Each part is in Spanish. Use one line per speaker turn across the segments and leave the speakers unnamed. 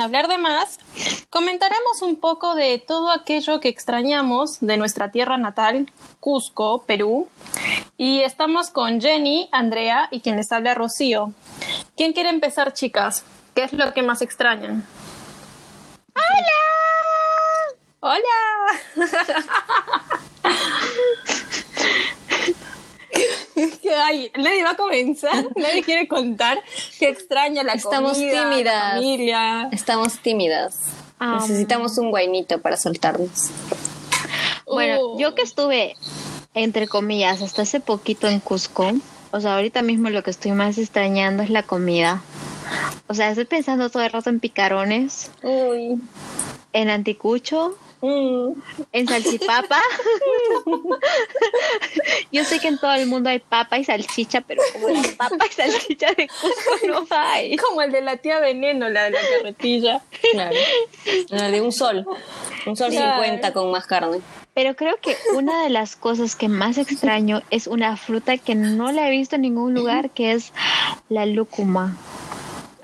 hablar de más, comentaremos un poco de todo aquello que extrañamos de nuestra tierra natal, Cusco, Perú. Y estamos con Jenny, Andrea y quien les habla Rocío. ¿Quién quiere empezar, chicas? ¿Qué es lo que más extrañan? ¡Hola! ¡Hola! ¿Qué hay? Nadie va a comenzar, nadie quiere contar qué extraña la
Estamos
comida, la
tímidas.
familia.
Estamos tímidas.
Ah.
Necesitamos un guainito para soltarnos.
Bueno,
Uh.
yo que estuve, entre comillas, hasta hace poquito en Cusco, o sea, ahorita mismo lo que estoy más extrañando es la comida. O sea, estoy pensando todo el rato en picarones,
Uy.
en anticucho,
Mm.
en salchipapa. yo sé que en todo el mundo hay papa y salchicha, pero como la papa y salchicha de Cusco no hay.
Como el de la tía Veneno, la de la carretilla.
Claro. Ah, De un sol. Un sol
Claro.
50 con más carne.
Pero creo que una de las cosas que más extraño es una fruta que no la he visto en ningún lugar, que es la lúcuma.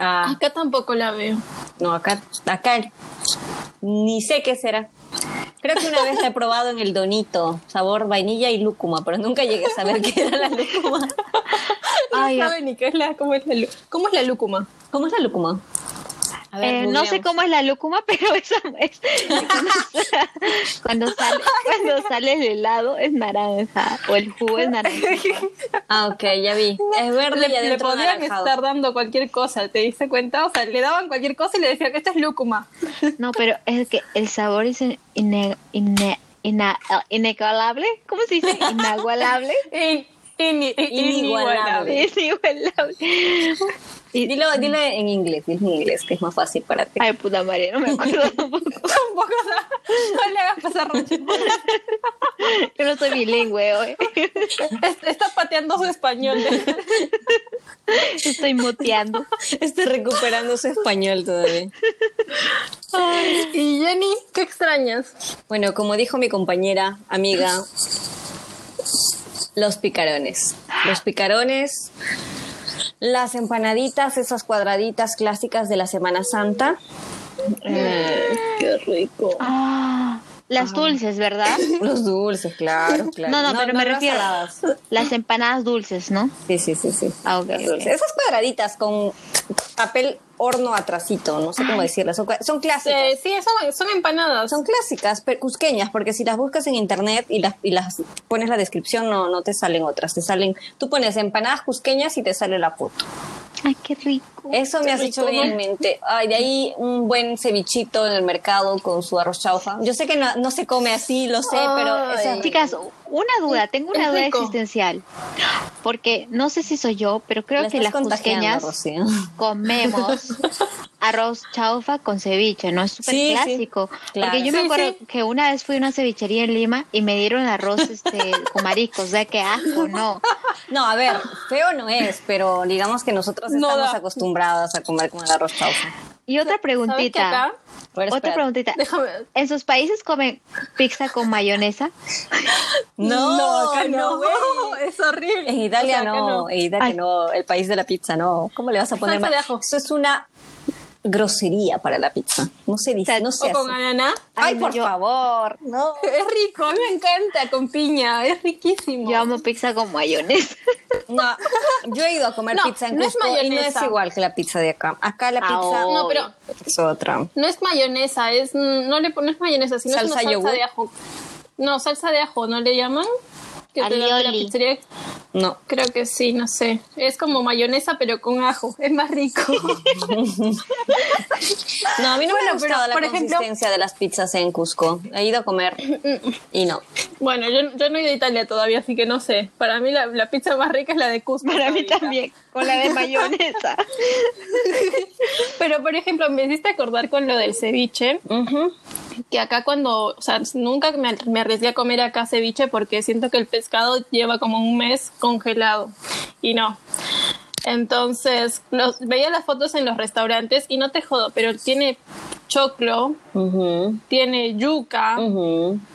Ah,
Acá tampoco la veo.
no, acá, acá ni sé qué será. Creo que una vez la he probado en el donito, sabor vainilla y lúcuma, pero nunca llegué a saber qué era la lúcuma.
Ay,
no sabe ni qué es la, cómo es la, lu- cómo es la lúcuma.
¿Cómo es la lúcuma? A ver,
eh, no
googleamos.
sé cómo es la lúcuma, pero esa es cuando sale, cuando sale el helado es naranja o el jugo es naranja.
Ah, ok, ya vi. es verde
Le,
y
le
adentro
podían
anaranjado.
estar dando cualquier cosa, ¿te diste cuenta? O sea, le daban cualquier cosa y le decían que esta es lúcuma.
No, pero es que el sabor es ine- ine- ine- ina- inigualable. ¿Cómo se dice? Inagualable.
In- in- in-
Inigualable.
Sí, inigualable. Y-
Dilo, dilo en inglés, dilo en inglés, que es más fácil para ti.
Ay, puta madre, no me acuerdo tampoco.
Tampoco, no, no le hagas pasar rollo.
Yo no soy bilingüe hoy.
Es- Está pateando su español.
Estoy moteando.
Está recuperando su español todavía.
y Jenny, ¿qué extrañas?
Bueno, como dijo mi compañera, amiga, los picarones. Los picarones, las empanaditas, esas cuadraditas clásicas de la Semana Santa. Eh,
Qué rico.
Ah, las dulces, ¿verdad?
los dulces, claro, claro.
No, no, pero me
las
refiero-
saladas.
Las empanadas dulces, ¿no?
Sí, sí, sí, sí.
Ah, ok,
Las
ok.
dulces. Esas cuadraditas con papel horno atrasito, no sé cómo decirlas. Son, cua- son clásicas.
Eh, sí, son, son empanadas.
Son clásicas, pero cusqueñas, porque si las buscas en internet y las, y las pones la descripción, no, no te salen otras. Te salen, tú pones empanadas cusqueñas y te sale la foto.
Ay, qué rico.
Eso me has hecho bien en mente. Ay, de ahí un buen cevichito en el mercado con su arroz chaufa. Yo sé que no, no se come así, lo sé, pero
Ay.
ese es rico.
Chicas, una duda, tengo una
es
duda
rico.
existencial. Porque no sé si soy yo, pero creo
La
que
estás
las
contagiando,
cusqueñas
Rocío.
comemos arroz chaufa con ceviche, ¿no? Es súper
Sí, sí.
clásico.
Claro.
Porque yo me
Sí,
acuerdo
sí.
que una vez fui a una cevichería en Lima y me dieron arroz este, con mariscos, o sea, qué asco, no.
No, a ver, feo no es, pero digamos que nosotros
No
estamos
da.
acostumbradas a comer con el arroz chaufa.
Y otra
¿Sabes que
preguntita,
acá?
Pero
otra
espérate.
preguntita.
Déjame.
¿En sus países comen pizza con mayonesa?
No,
acá
no,
no, es horrible.
En Italia
O sea, acá
no, en Italia
Ay.
no, el país de la pizza no. ¿Cómo le vas a poner
Salsa de
más?
ajo.
Eso es una grosería para la pizza. No se dice, no se
O con
hace.
ananá.
Ay,
Ay, no,
por
yo-
favor, no.
Es rico, a mí me encanta con piña, es riquísimo.
Yo amo pizza con mayonesa.
No, yo he ido a comer
No,
pizza en
no es
Cusco y no es
mayonesa.
igual que la pizza de acá. Acá la
Ah,
pizza
oh.
no, pero
es otra.
no es mayonesa, es no le pones mayonesa, sino
¿Salsa
es una salsa
yogur?
de ajo. No, salsa de ajo, ¿no le llaman? Que te dan de la
Alioli.
pizzería.
No.
Creo que sí, no sé. Es como mayonesa pero con ajo, es más rico.
No, a mí no me
Bueno,
ha gustado
pero,
la
por ejemplo-
consistencia de las pizzas en Cusco. He ido a comer y no.
bueno, yo, yo no he ido a Italia todavía, así que no sé. Para mí la, la pizza más rica es la de Cusco.
Para mí
ahorita.
también, con la de mayonesa.
Pero por ejemplo, me hiciste acordar con lo del ceviche.
Ujú.
que acá cuando, o sea, nunca me, me arriesgué a comer acá ceviche porque siento que el pescado lleva como un mes congelado y no. Entonces, los- veía las fotos en los restaurantes y no te jodo, pero tiene choclo,
Ujú.
tiene yuca,
Ujú. Mm.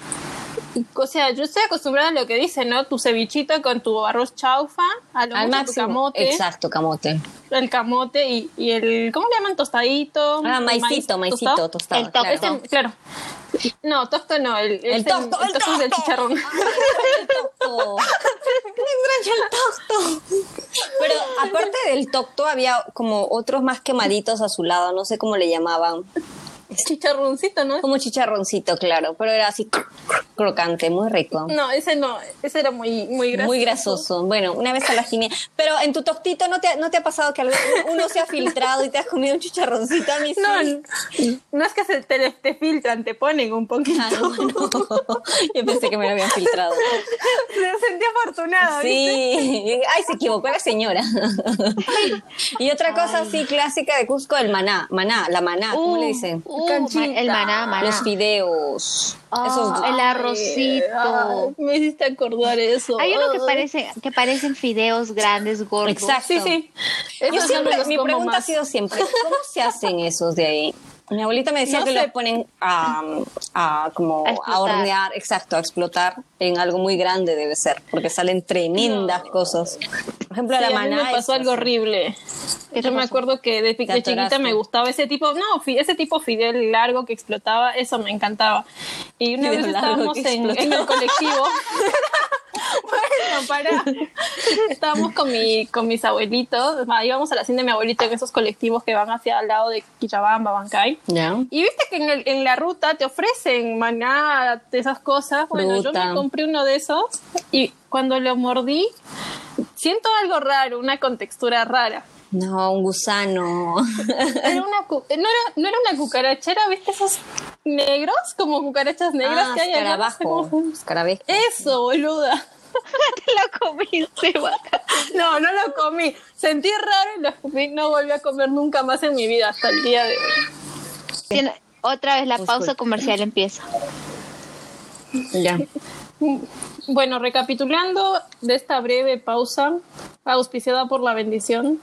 y, o sea, yo estoy acostumbrada a lo que dicen, ¿no? Tu cevichito con tu arroz chaufa, a lo
Al
mucho tu
máximo.
camote.
Exacto, camote.
el camote y, y el, ¿cómo le llaman? Tostadito.
Ah,
el
maicito,
maíz tostado.
maicito, tostado.
El top.
claro.
Este, claro. No, tosto no, el, el,
El tosto, el
es del
tosto.
chicharrón.
El tocto. el tocto. Pero aparte del tocto había como otros más quemaditos a su lado, no sé cómo le llamaban.
Chicharroncito, ¿no?
Como chicharroncito, claro, pero era así cr- cr- crocante, muy rico.
No, ese no, ese era muy, muy grasoso.
Muy grasoso. Bueno, una vez a la gimia. Pero en tu toctito no te, ha- no te ha pasado que algo- uno se ha filtrado y te has comido un chicharroncito a mí sí.
No, n- no es que se te, te filtran, te ponen un poquito.
Ah, bueno. Yo pensé que me lo habían filtrado.
Me sentí afortunada. Ah, ¿viste?
Sí, ay, se equivocó la señora. Y otra cosa así clásica de Cusco, el maná, maná, la maná, ¿cómo
Uh,
le dicen?
uh, ma- el maná, maná.
Los fideos.
Ah,
Esos
el
Ay,
arrocito.
me hiciste acordar eso.
Hay uno que
Ay.
parece que parecen fideos grandes, gordos.
Exacto.
Sí, sí. Esos
Yo
ya
siempre-
me los
mi
como
pregunta ha
más.
sido siempre, ¿cómo se hacen esos de ahí? Mi abuelita me decía
No
que
sé.
los ponen a, a como
A
a,
explotar.
hornear, exacto, a explotar en algo muy grande debe ser, porque salen tremendas cosas. Por ejemplo,
Sí,
la
a mí
maná
me pasó
es-
algo horrible.
¿Qué te
Yo me
pasó?
acuerdo que de, de
atoraste.
chiquita me gustaba ese tipo, no, fi- ese tipo fidel largo que explotaba, eso me encantaba. Y una
Fidel
vez
largo
estábamos
que
en, en el
explotaba.
colectivo. bueno, para. Estábamos con, mi, con mis abuelitos, va, íbamos a la hacienda de mi abuelito en esos colectivos que van hacia al lado de Quillabamba, Bancay.
¿Ya?
Y viste que en, el- en la ruta te ofrecen maná, esas cosas. Bueno, yo
Fruta.
me compré uno de esos y cuando lo mordí, siento algo raro, una contextura rara.
No, un gusano.
Era una cu- eh, no, era, no era una cucaracha, era, viste, esos negros, como cucarachas negras
Ah,
que hay acá, no sé
escarabajo.
cómo-
Escarabejo.
Eso, boluda.
Te lo comiste, vaca.
No, no lo comí. Sentí raro y lo escupí. No volví a comer nunca más en mi vida hasta el día de hoy.
Tiene- Otra vez la
Cusco.
pausa comercial empieza.
Ya.
Bueno, recapitulando de esta breve pausa auspiciada por la bendición,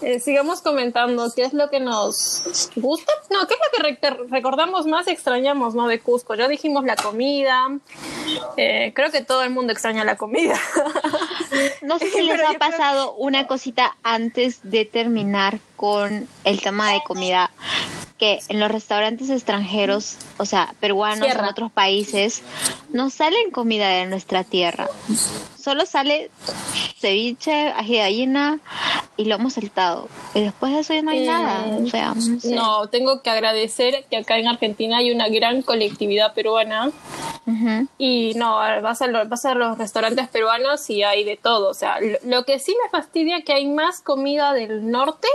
eh, sigamos comentando qué es lo que nos gusta, no, qué es lo que re- te- recordamos más y extrañamos, ¿no? De Cusco. Ya dijimos la comida, eh, creo que todo el mundo extraña la comida.
No sé si les ha pasado una cosita antes de terminar con el tema de comida, que en los restaurantes extranjeros, o sea, peruanos en
Cierra.
otros países, no salen comida de nuestra tierra. Solo sale ceviche, ají de gallina y lomo saltado. Y después de eso ya no hay
Mm,
nada. O sea, no sé.
No, tengo que agradecer que acá en Argentina hay una gran colectividad peruana
Ujú.
Y no, vas a, lo- vas a los restaurantes peruanos y hay de todo. O sea, lo, lo que sí me fastidia que hay más comida del norte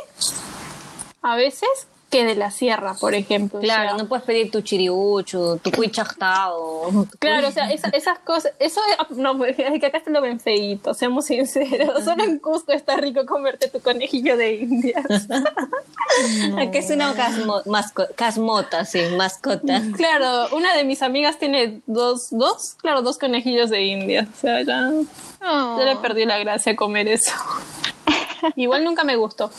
a veces que de la sierra, por ejemplo. O
Claro,
sea,
no puedes pedir tu chiriucho, tu cuy chactado.
Claro, o sea, esa- esas cosas, eso es- no, es que acá se lo ven feíto, seamos sinceros. Solo en Cusco está rico comerte tu conejillo de India.
Que es una casmo- masco- casmota, sí, mascota.
claro, una de mis amigas tiene dos, dos, claro, dos conejillos de India. O sea, ya,
No.
ya le perdí la gracia a comer eso. Igual nunca me gustó.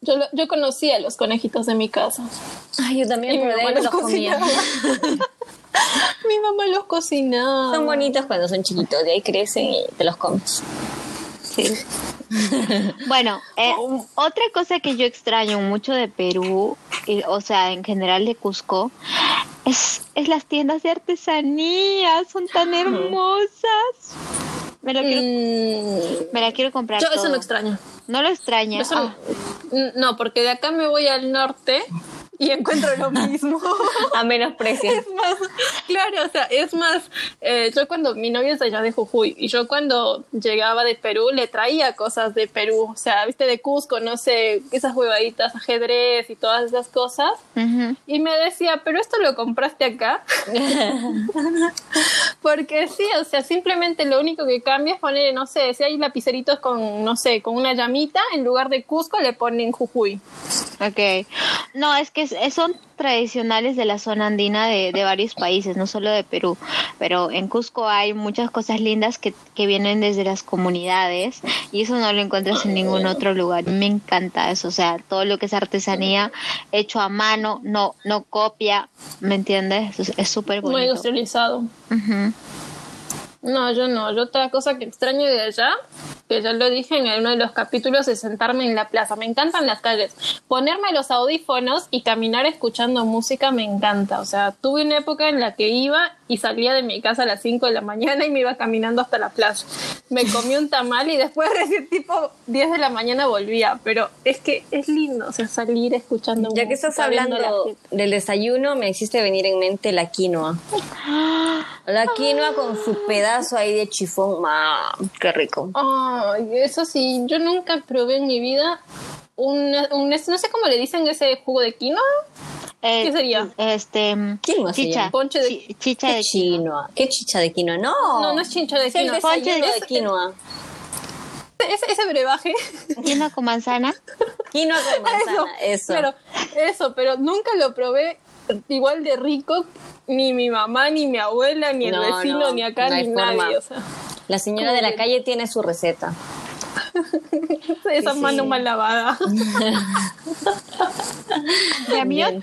Yo, lo- yo conocía los conejitos de mi casa.
Ay, yo también
Y mi
pero de
mamá
ahí me
los
los comía.
cocinaba. Mi mamá los cocinaba.
Son bonitos cuando son chiquitos, de ahí crecen y te los comes.
Sí.
Bueno, eh,
Oh.
otra cosa que yo extraño mucho de Perú, y, o sea, en general de Cusco, es, es las tiendas de artesanía. Son tan hermosas. Me lo quiero,
Mm,
me la quiero comprar.
yo eso
todo.
lo extraño.
No lo extraña.
Eso
Ah,
no- Mm, No, porque de acá me voy al norte y encuentro lo mismo.
A menos precio.
Es más, claro, o sea, es más, eh, yo cuando mi novio es de allá de Jujuy y yo cuando llegaba de Perú le traía cosas de Perú, o sea, viste de Cusco, no sé, esas huevaditas, ajedrez y todas esas cosas.
Ah, ujú.
Y me decía, pero esto lo compraste acá. Porque sí, o sea, simplemente lo único que cambia es poner, no sé, si hay lapiceritos con, no sé, con una llamita, en lugar de Cusco le ponen Jujuy.
Ok. No, es que es- es- son tradicionales de la zona andina de, de varios países, no solo de Perú. Pero en Cusco hay muchas cosas lindas que, que vienen desde las comunidades y eso no lo encuentras en ningún otro lugar. Me encanta eso, o sea, todo lo que es artesanía hecho a mano, no no copia, ¿me entiendes? Es- Es súper
Muy
bonito.
industrializado.
Ujú.
No, yo no. Yo otra cosa que extraño de allá que yo lo dije en uno de los capítulos, es sentarme en la plaza. Me encantan las calles. Ponerme los audífonos y caminar escuchando música me encanta. O sea, tuve una época en la que iba y salía de mi casa a las 5 de la mañana y me iba caminando hasta la plaza. Me comí un tamal y después de ese tipo 10 de la mañana volvía. Pero es que es lindo, o sea, salir escuchando
Ya que estás
música, viendo la
hablando
gente.
del desayuno, me hiciste venir en mente la quinoa. La quinoa con su pedazo ahí de chifón. ¡ma! ¡Qué rico!
Ay, eso sí, yo nunca probé en mi vida un, un- este, no sé cómo le dicen ese jugo de quinoa.
Eh,
¿Qué sería?
Este, mm,
Quinoa se
chicha.
llama.
Ponche de-
Chi- chicha
¿Qué
de
chinoa? ¿Qué chicha de quinoa? No.
No, no es chincha de
Es el
quinoa.
desayuno
Ponche
de quinoa.
Ese, ese brebaje.
quinoa con manzana.
Quinoa con
Eso,
manzana, eso.
Claro, eso, pero nunca lo probé igual de rico ni mi mamá, ni mi abuela, ni el
No,
vecino,
no,
ni acá,
no hay
ni
forma.
nadie. O sea,
La señora de la
Como-
calle tiene su receta.
esa
Sí,
mano
sí.
mal lavada.
Y a mí,
Bien.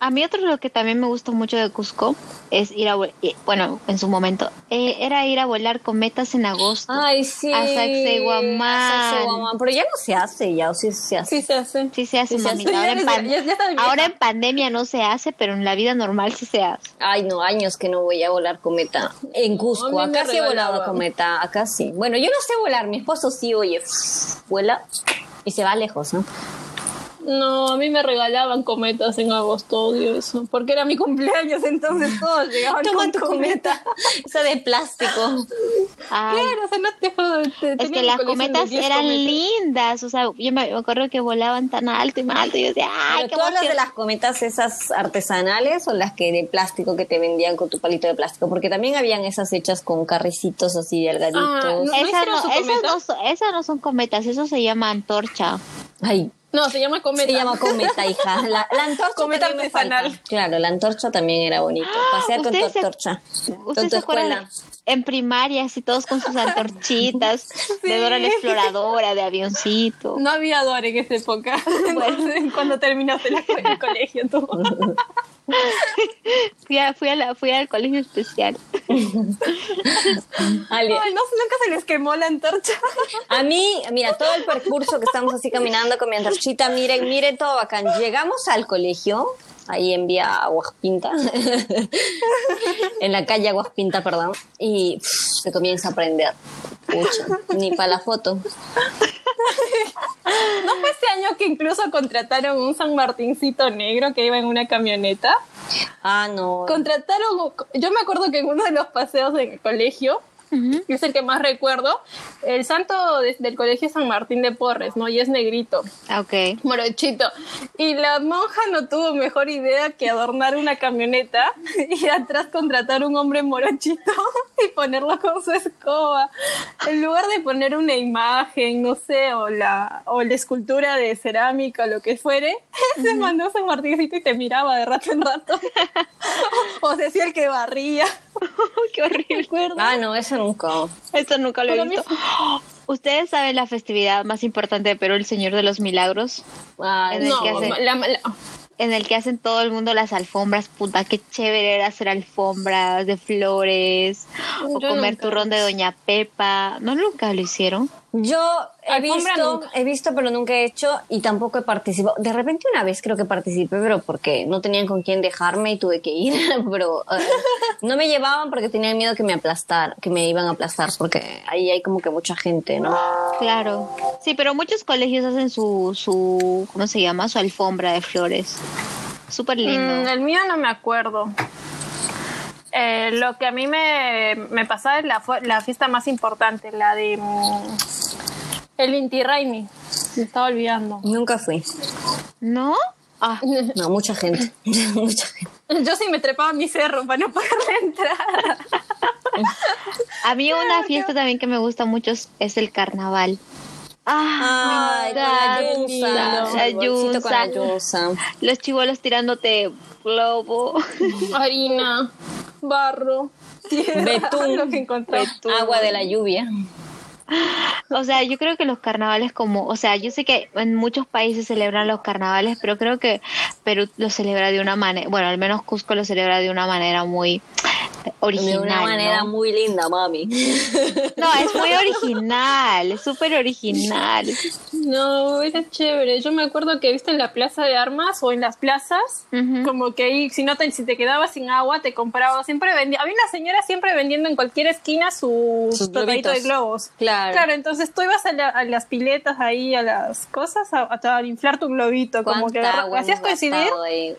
a mí otro lo que también me gusta mucho de Cusco es ir a, vol- eh, bueno, en su momento, eh, era ir a volar cometas en agosto.
Ay, sí.
A Sacsayhuamán.
Sacsayhuamán. Pero ya no se hace, ya, o sí se hace.
Sí se hace.
Sí se hace,
Sí se hace.
mamita. Ahora, en,
Ya eres-
pan-
ya- ya estás vieja.
ahora en pandemia no se hace, pero en la vida normal sí se hace.
Ay, no, años que no voy a volar cometa. En Cusco,
a mí me
acá sí he volado
regalaban.
cometa, acá sí. Bueno, yo no sé volar, mi esposo sí, oye, vuela y se va lejos, ¿no?
No, a mí me regalaban cometas en agosto, odio eso. Porque era mi cumpleaños, entonces todos llegaban
Toma
con
tu cometa, esa de plástico.
Ay,
Claro, o sea, no te jodo. te-
es
tenía
que
mi
las
colección de
cometas
10
eran
cometas.
lindas. O sea, yo me acuerdo que volaban tan alto y más alto. Y yo decía, ay,
Pero
qué
¿Tú hablas
emoción.
de las cometas esas artesanales o las que de plástico que te vendían con tu palito de plástico? Porque también habían esas hechas con carricitos así delgaditos.
Ah, no.
Esas
hicieron
no,
su
esas,
cometa?
no, son- esas no son cometas, eso se llama antorcha.
Ay,
No, se llama cometa.
se llama cometa, hija. La, la antorcha
Cometa
también me
artesanal.
falta. Claro, la antorcha también era bonito. Pasear con tu
¿Ustedes se-
antorcha. Con
¿Ustedes
tu
se acuerdan?
escuela.
En primaria, así todos con sus antorchitas, de Dora la Exploradora, de avioncito.
No había Dora en esa época. Entonces, cuando terminaste la- el colegio, tú.
Fui, a- fui, a la, fui al colegio especial.
Ale,
Ay, no, nunca se les quemó la antorcha.
A mí, mira, todo el percurso que estamos así caminando con mi antorchita, miren, miren todo bacán. Llegamos al colegio, ahí en vía Aguaspinta, en la calle Aguaspinta, perdón, y pff, se comienza a prender. Pucha, ni para la foto.
¿No fue ese año que incluso contrataron un San Martincito negro que iba en una camioneta?
Ah, no.
Contrataron, yo me acuerdo que en uno de los paseos en el colegio, que es el que más recuerdo, el santo de- del colegio es San Martín de Porres, ¿no? Y es negrito.
Ah, Ok.
morochito. Y la monja no tuvo mejor idea que adornar una camioneta y atrás contratar un hombre morochito y ponerlo con su escoba. En lugar de poner una imagen, no sé, o la, o la escultura de cerámica o lo que fuere, se mandó San Martincito y te miraba de rato en rato. o se hacía el que barría.
Qué horrible.
Ah, no, eso nunca.
Esto nunca lo
Pero
he
a mí
visto. ¿Ustedes saben la festividad más importante de Perú, el Señor de los Milagros?
Ay,
Es el
No,
que hace-
la- la-
En el que hacen todo el mundo las alfombras. Puta, qué chévere era hacer alfombras de flores. O
Yo
comer
nunca.
turrón de Doña Pepa. ¿No nunca lo hicieron?
Yo he
Alfombra
visto,
nunca.
he visto, pero nunca he hecho y tampoco he participado. De repente una vez creo que participé, pero porque no tenían con quién dejarme y tuve que ir, pero eh, no me llevaban porque tenían miedo que me aplastar, que me iban a aplastar, porque ahí hay como que mucha gente, ¿no?
Claro. Sí, pero muchos colegios hacen su, su ¿cómo se llama? Su alfombra de flores. Súper lindo.
Mm, el mío no me acuerdo. Eh, lo que a mí me, me pasaba es la, fue- la fiesta más importante, la de mm, el Inti Raimi. Me estaba olvidando.
Nunca fui.
¿No? Ah,
No, mucha gente, mucha gente.
Yo sí me trepaba a mi cerro para no poderle entrar.
a mí una fiesta también que me gusta mucho es- es el carnaval. Ah,
Ay,
me
con la
encanta.
yusa,
La
el bolsito con la
yusa.
yusa.
Los chivolos tirándote globo.
Harina, barro, tierra,
Betún.
lo que encontré.
agua de la lluvia.
O sea, yo creo que los carnavales como, o sea, yo sé que en muchos países celebran los carnavales, pero creo que Perú los celebra de una manera, bueno, al menos Cusco lo celebra de una manera muy original.
de una manera
¿no?
muy linda, mami.
No, es muy original, es súper original.
No, era chévere. Yo me acuerdo que viste en la plaza de armas o en las plazas,
Ujú.
como que ahí, si no te, si te quedabas sin agua, te compraba. Siempre vendía, había una señora siempre vendiendo en cualquier esquina su
Sus
tratadito de globos.
Claro.
Claro, entonces tú ibas a, la- a las piletas ahí, a las cosas, a, a inflar tu globito, como que
¿Cuánta
agarra-
agua
hacías
hemos
coincidir.
gastado ahí?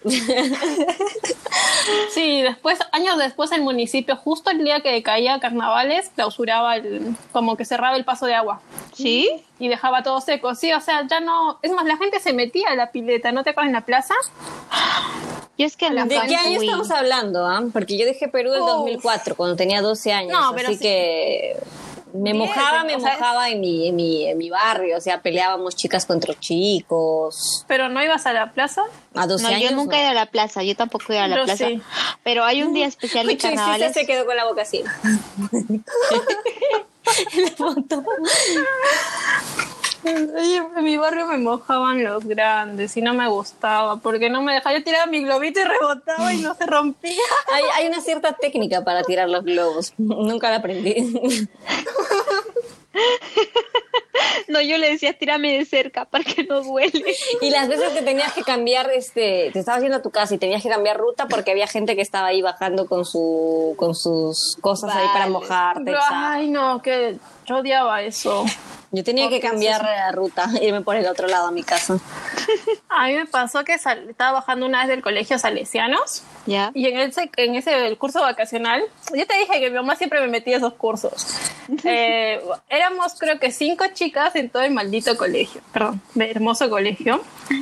Sí, después, años después el municipio, justo el día que caía carnavales, clausuraba el, como que cerraba el paso de agua.
¿Sí?
y dejaba todo seco. Sí, o sea, ya no. Es más, la gente se metía a la pileta, ¿no te acuerdas en la plaza?
Yo es que
¿De
¿De
nunca
qué año
fui.
estamos hablando? ah? Porque yo dejé Perú en
Uf.
2004, cuando tenía 12 años.
No, pero
así
sí.
que me
Diez,
mojaba, me
o sea, es-
mojaba en mi, en, mi, en mi barrio. O sea, peleábamos chicas contra chicos.
Pero no ibas a la plaza.
A 12
No,
años.
yo nunca he ido a la plaza, yo tampoco he ido a la
Yo
plaza.
sí.
Pero hay un
Mm.
día especial de
Cuchi, sí, sí,
carnavales.
se quedó con la boca así. Le apuntó.
Oye, en mi barrio me mojaban los grandes y no me gustaba porque no me dejaba. Yo tiraba mi globito y rebotaba y no se rompía.
hay, hay una cierta técnica para tirar los globos. Nunca la aprendí.
No, yo le decía, tírame de cerca para que no duele.
Y las veces que tenías que cambiar, este, te estabas yendo a tu casa y tenías que cambiar ruta porque había gente que estaba ahí bajando con su, con sus cosas ahí para
Vale.
mojarte. exacto.
Ay, no, que yo odiaba eso.
Yo tenía que cambiar la ruta, irme por el otro lado a mi casa.
A mí me pasó que sal- estaba bajando una vez del colegio Salesianos
¿Ya?
Y en ese, en ese el curso vacacional, yo te dije que mi mamá siempre me metía a esos cursos. Eh, éramos creo que cinco chicas en todo el maldito colegio, perdón, hermoso colegio.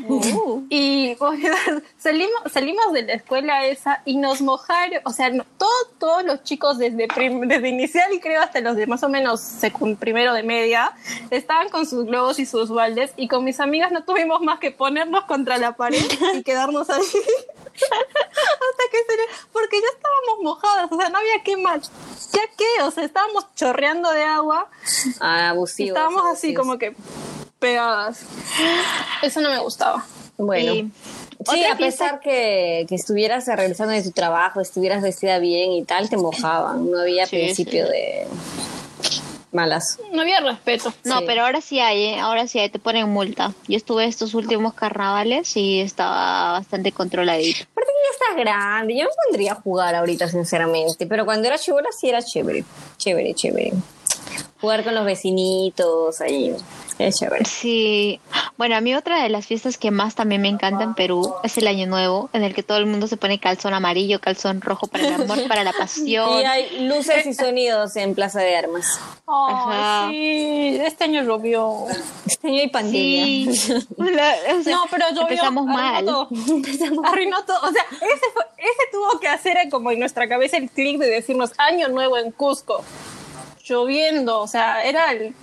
Uh.
Y boluda, salimos, salimos de la escuela esa y nos mojaron, o sea, no- todo- todos los chicos desde, prim- desde inicial y creo hasta los de más o menos secund- primero de media, estaban con sus globos y sus baldes y con mis amigas no tuvimos más que ponernos contra la pared y quedarnos ahí. Hasta que se le- porque ya estábamos mojadas, o sea, no había que más. ¿Ya qué? O sea, estábamos chorreando de agua
Ah,
y
abusivos.
estábamos así
abusivos.
como que pegadas. Eso no me gustaba.
Bueno.
Sí.
Sí,
Otra
a pesar que, que estuvieras regresando de tu trabajo, estuvieras vestida bien y tal, te mojaban. No había
Sí,
principio de malas.
No había respeto.
No,
Sí.
pero ahora sí hay, ¿eh? ahora sí hay, te ponen multa. Yo estuve estos últimos carnavales y estaba bastante controladito.
Aparte que ya estás grande, yo me pondría a jugar ahorita, sinceramente. Pero cuando era chivola sí era chévere. Chévere, chévere. Jugar con los vecinitos, ahí. Es chévere.
Sí, bueno, a mí otra de las fiestas que más también me encanta en Perú es el Año Nuevo, en el que todo el mundo se pone calzón amarillo, calzón rojo para el amor, para la pasión.
Y hay luces y sonidos en Plaza de Armas.
Ay,
Ajá.
sí, este año llovió.
Este año hay pandemia.
Sí, La- o sea,
No, pero llovió.
empezamos mal.
Arruinó todo. Arruinó todo. O sea, ese, fue- ese tuvo que hacer como en nuestra cabeza el clic de decirnos año nuevo en Cusco. Lloviendo. O sea, era el,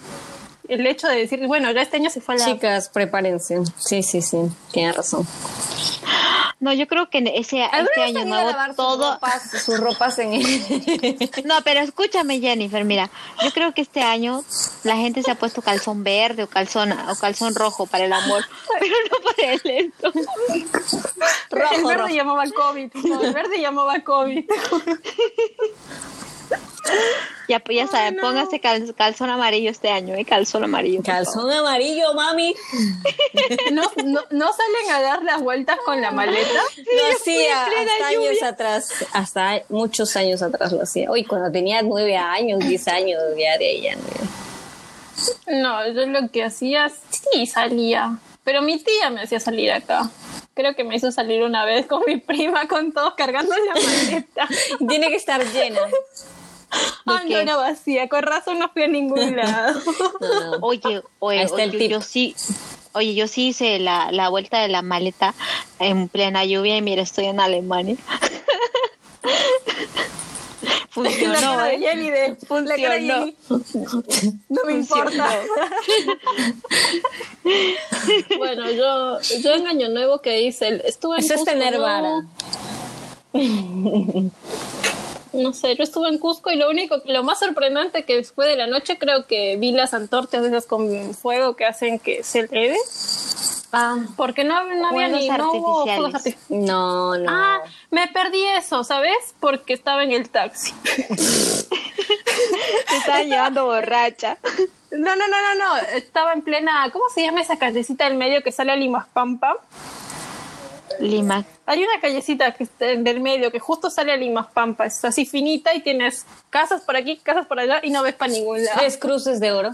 el hecho de decir, bueno, ya este año se fue a la.
Chicas, prepárense. Sí, sí, sí. Tienes razón.
No, yo creo que en ese
¿Alguna
este
vez
año
han ido a
nuevo
lavar sus
todo.
ropas- Sus ropas en el...
No, pero escúchame, Jennifer, mira, yo creo que este año la gente se ha puesto calzón verde o calzón o calzón rojo para el amor, pero no para el lento.
el
rojo,
verde
rojo.
llamaba COVID. No, el verde llamaba COVID.
Ya, pues ya saben, póngase cal- calzón amarillo este año, ¿eh? Calzón amarillo. por favor.
Calzón amarillo, mami.
No, no, no salen a dar las vueltas con la maleta.
lo hacía
plena
hasta años atrás, hasta muchos años atrás lo hacía. Hoy cuando tenía nueve años, diez años, ya de ella.
No, yo lo que hacía, sí salía. Pero mi tía me hacía salir acá. Creo que me hizo salir una vez con mi prima, con todos cargando la maleta.
Tiene que estar llena.
Ay, no
qué?
era vacía. Con razón no fui a ningún lado.
No, no.
Oye, oye,
Ahí está
oye,
el
yo-
tip.
yo sí. Oye, yo sí hice la, la vuelta de la maleta en plena lluvia y mira, estoy en Alemania.
la
Funcionó,
cara de
¿eh?
Jenny de... La cara de Jenny. No me importa. bueno, yo, yo en Año Nuevo que hice, El- estuve en
Eso es
Cusco,
tener
¿no?
vara.
No sé, yo estuve en Cusco y lo único, lo más sorprendente que fue de la noche, creo que vi las antorchas de esas con fuego que hacen que se eleve.
Ah,
Porque no, no había
Fuegos
ni no hubo
artificiales.
fuegos arti-
no, no.
Ah, me perdí eso, ¿sabes? Porque estaba en el taxi.
Te estaban llevando borracha.
No, no, no, no, no. Estaba en plena. ¿Cómo se llama esa callecita del medio que sale a Limas Pampa?
Lima.
Hay una callecita que está en- del medio que justo sale a Limas Pampa. Es así finita y tienes casas por aquí, casas por allá y no ves para ningún lado.
Tres cruces de oro.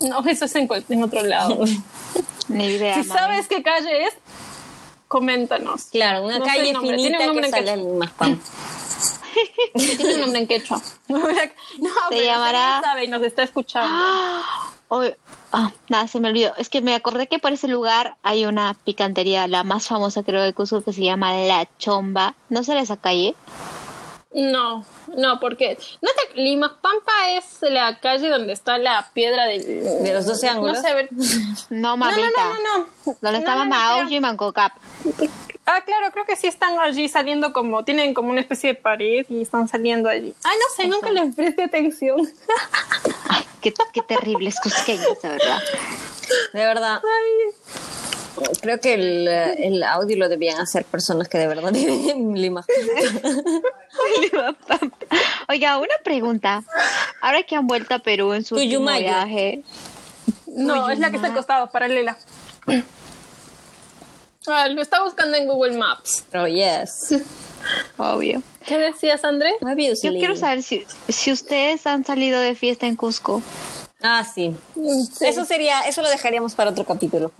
No, eso es en, cual- en otro lado.
Ni idea.
si
mami.
sabes qué calle es, coméntanos.
Claro, una
No sé el
calle
nombre, tiene
finita
un nombre
que
en
sale al más pan.
Tiene un nombre en quechua. No, pero
llamará-
él sabe y nos está escuchando.
Hoy- ah, nada, se me olvidó. Es que me acordé que por ese lugar hay una picantería, la más famosa creo de Cusco, que se llama La Chomba. ¿No será esa calle?
No, no, porque no te, Limas Pampa es la calle donde está la piedra del,
De los 12 ángulos.
No sé, a ver.
No,
No, no,
mamita.
no, no, no.
Donde
No,
estaba
no, no, creo-
Maoyo y Mancocap.
Ah, claro, creo que sí están allí saliendo como, tienen como una especie de pared y están saliendo allí. Ay, no sé, nunca les presté atención.
Ay, qué, qué terribles cusqueños, de verdad.
De verdad. Creo que el, el audio lo debían hacer personas que de verdad viven en Lima.
Oiga, una pregunta. Ahora que han vuelto a Perú en su último
Tuyumayo.
viaje,
No, es la que está al costado, paralela. Ah, lo está buscando en Google Maps.
Oh, yes.
obvio.
¿Qué decías, Andrés?
Yo
Obviously.
quiero saber si, si ustedes han salido de fiesta en Cusco.
Ah, sí.
Sí.
Eso sería, eso lo dejaríamos para otro capítulo.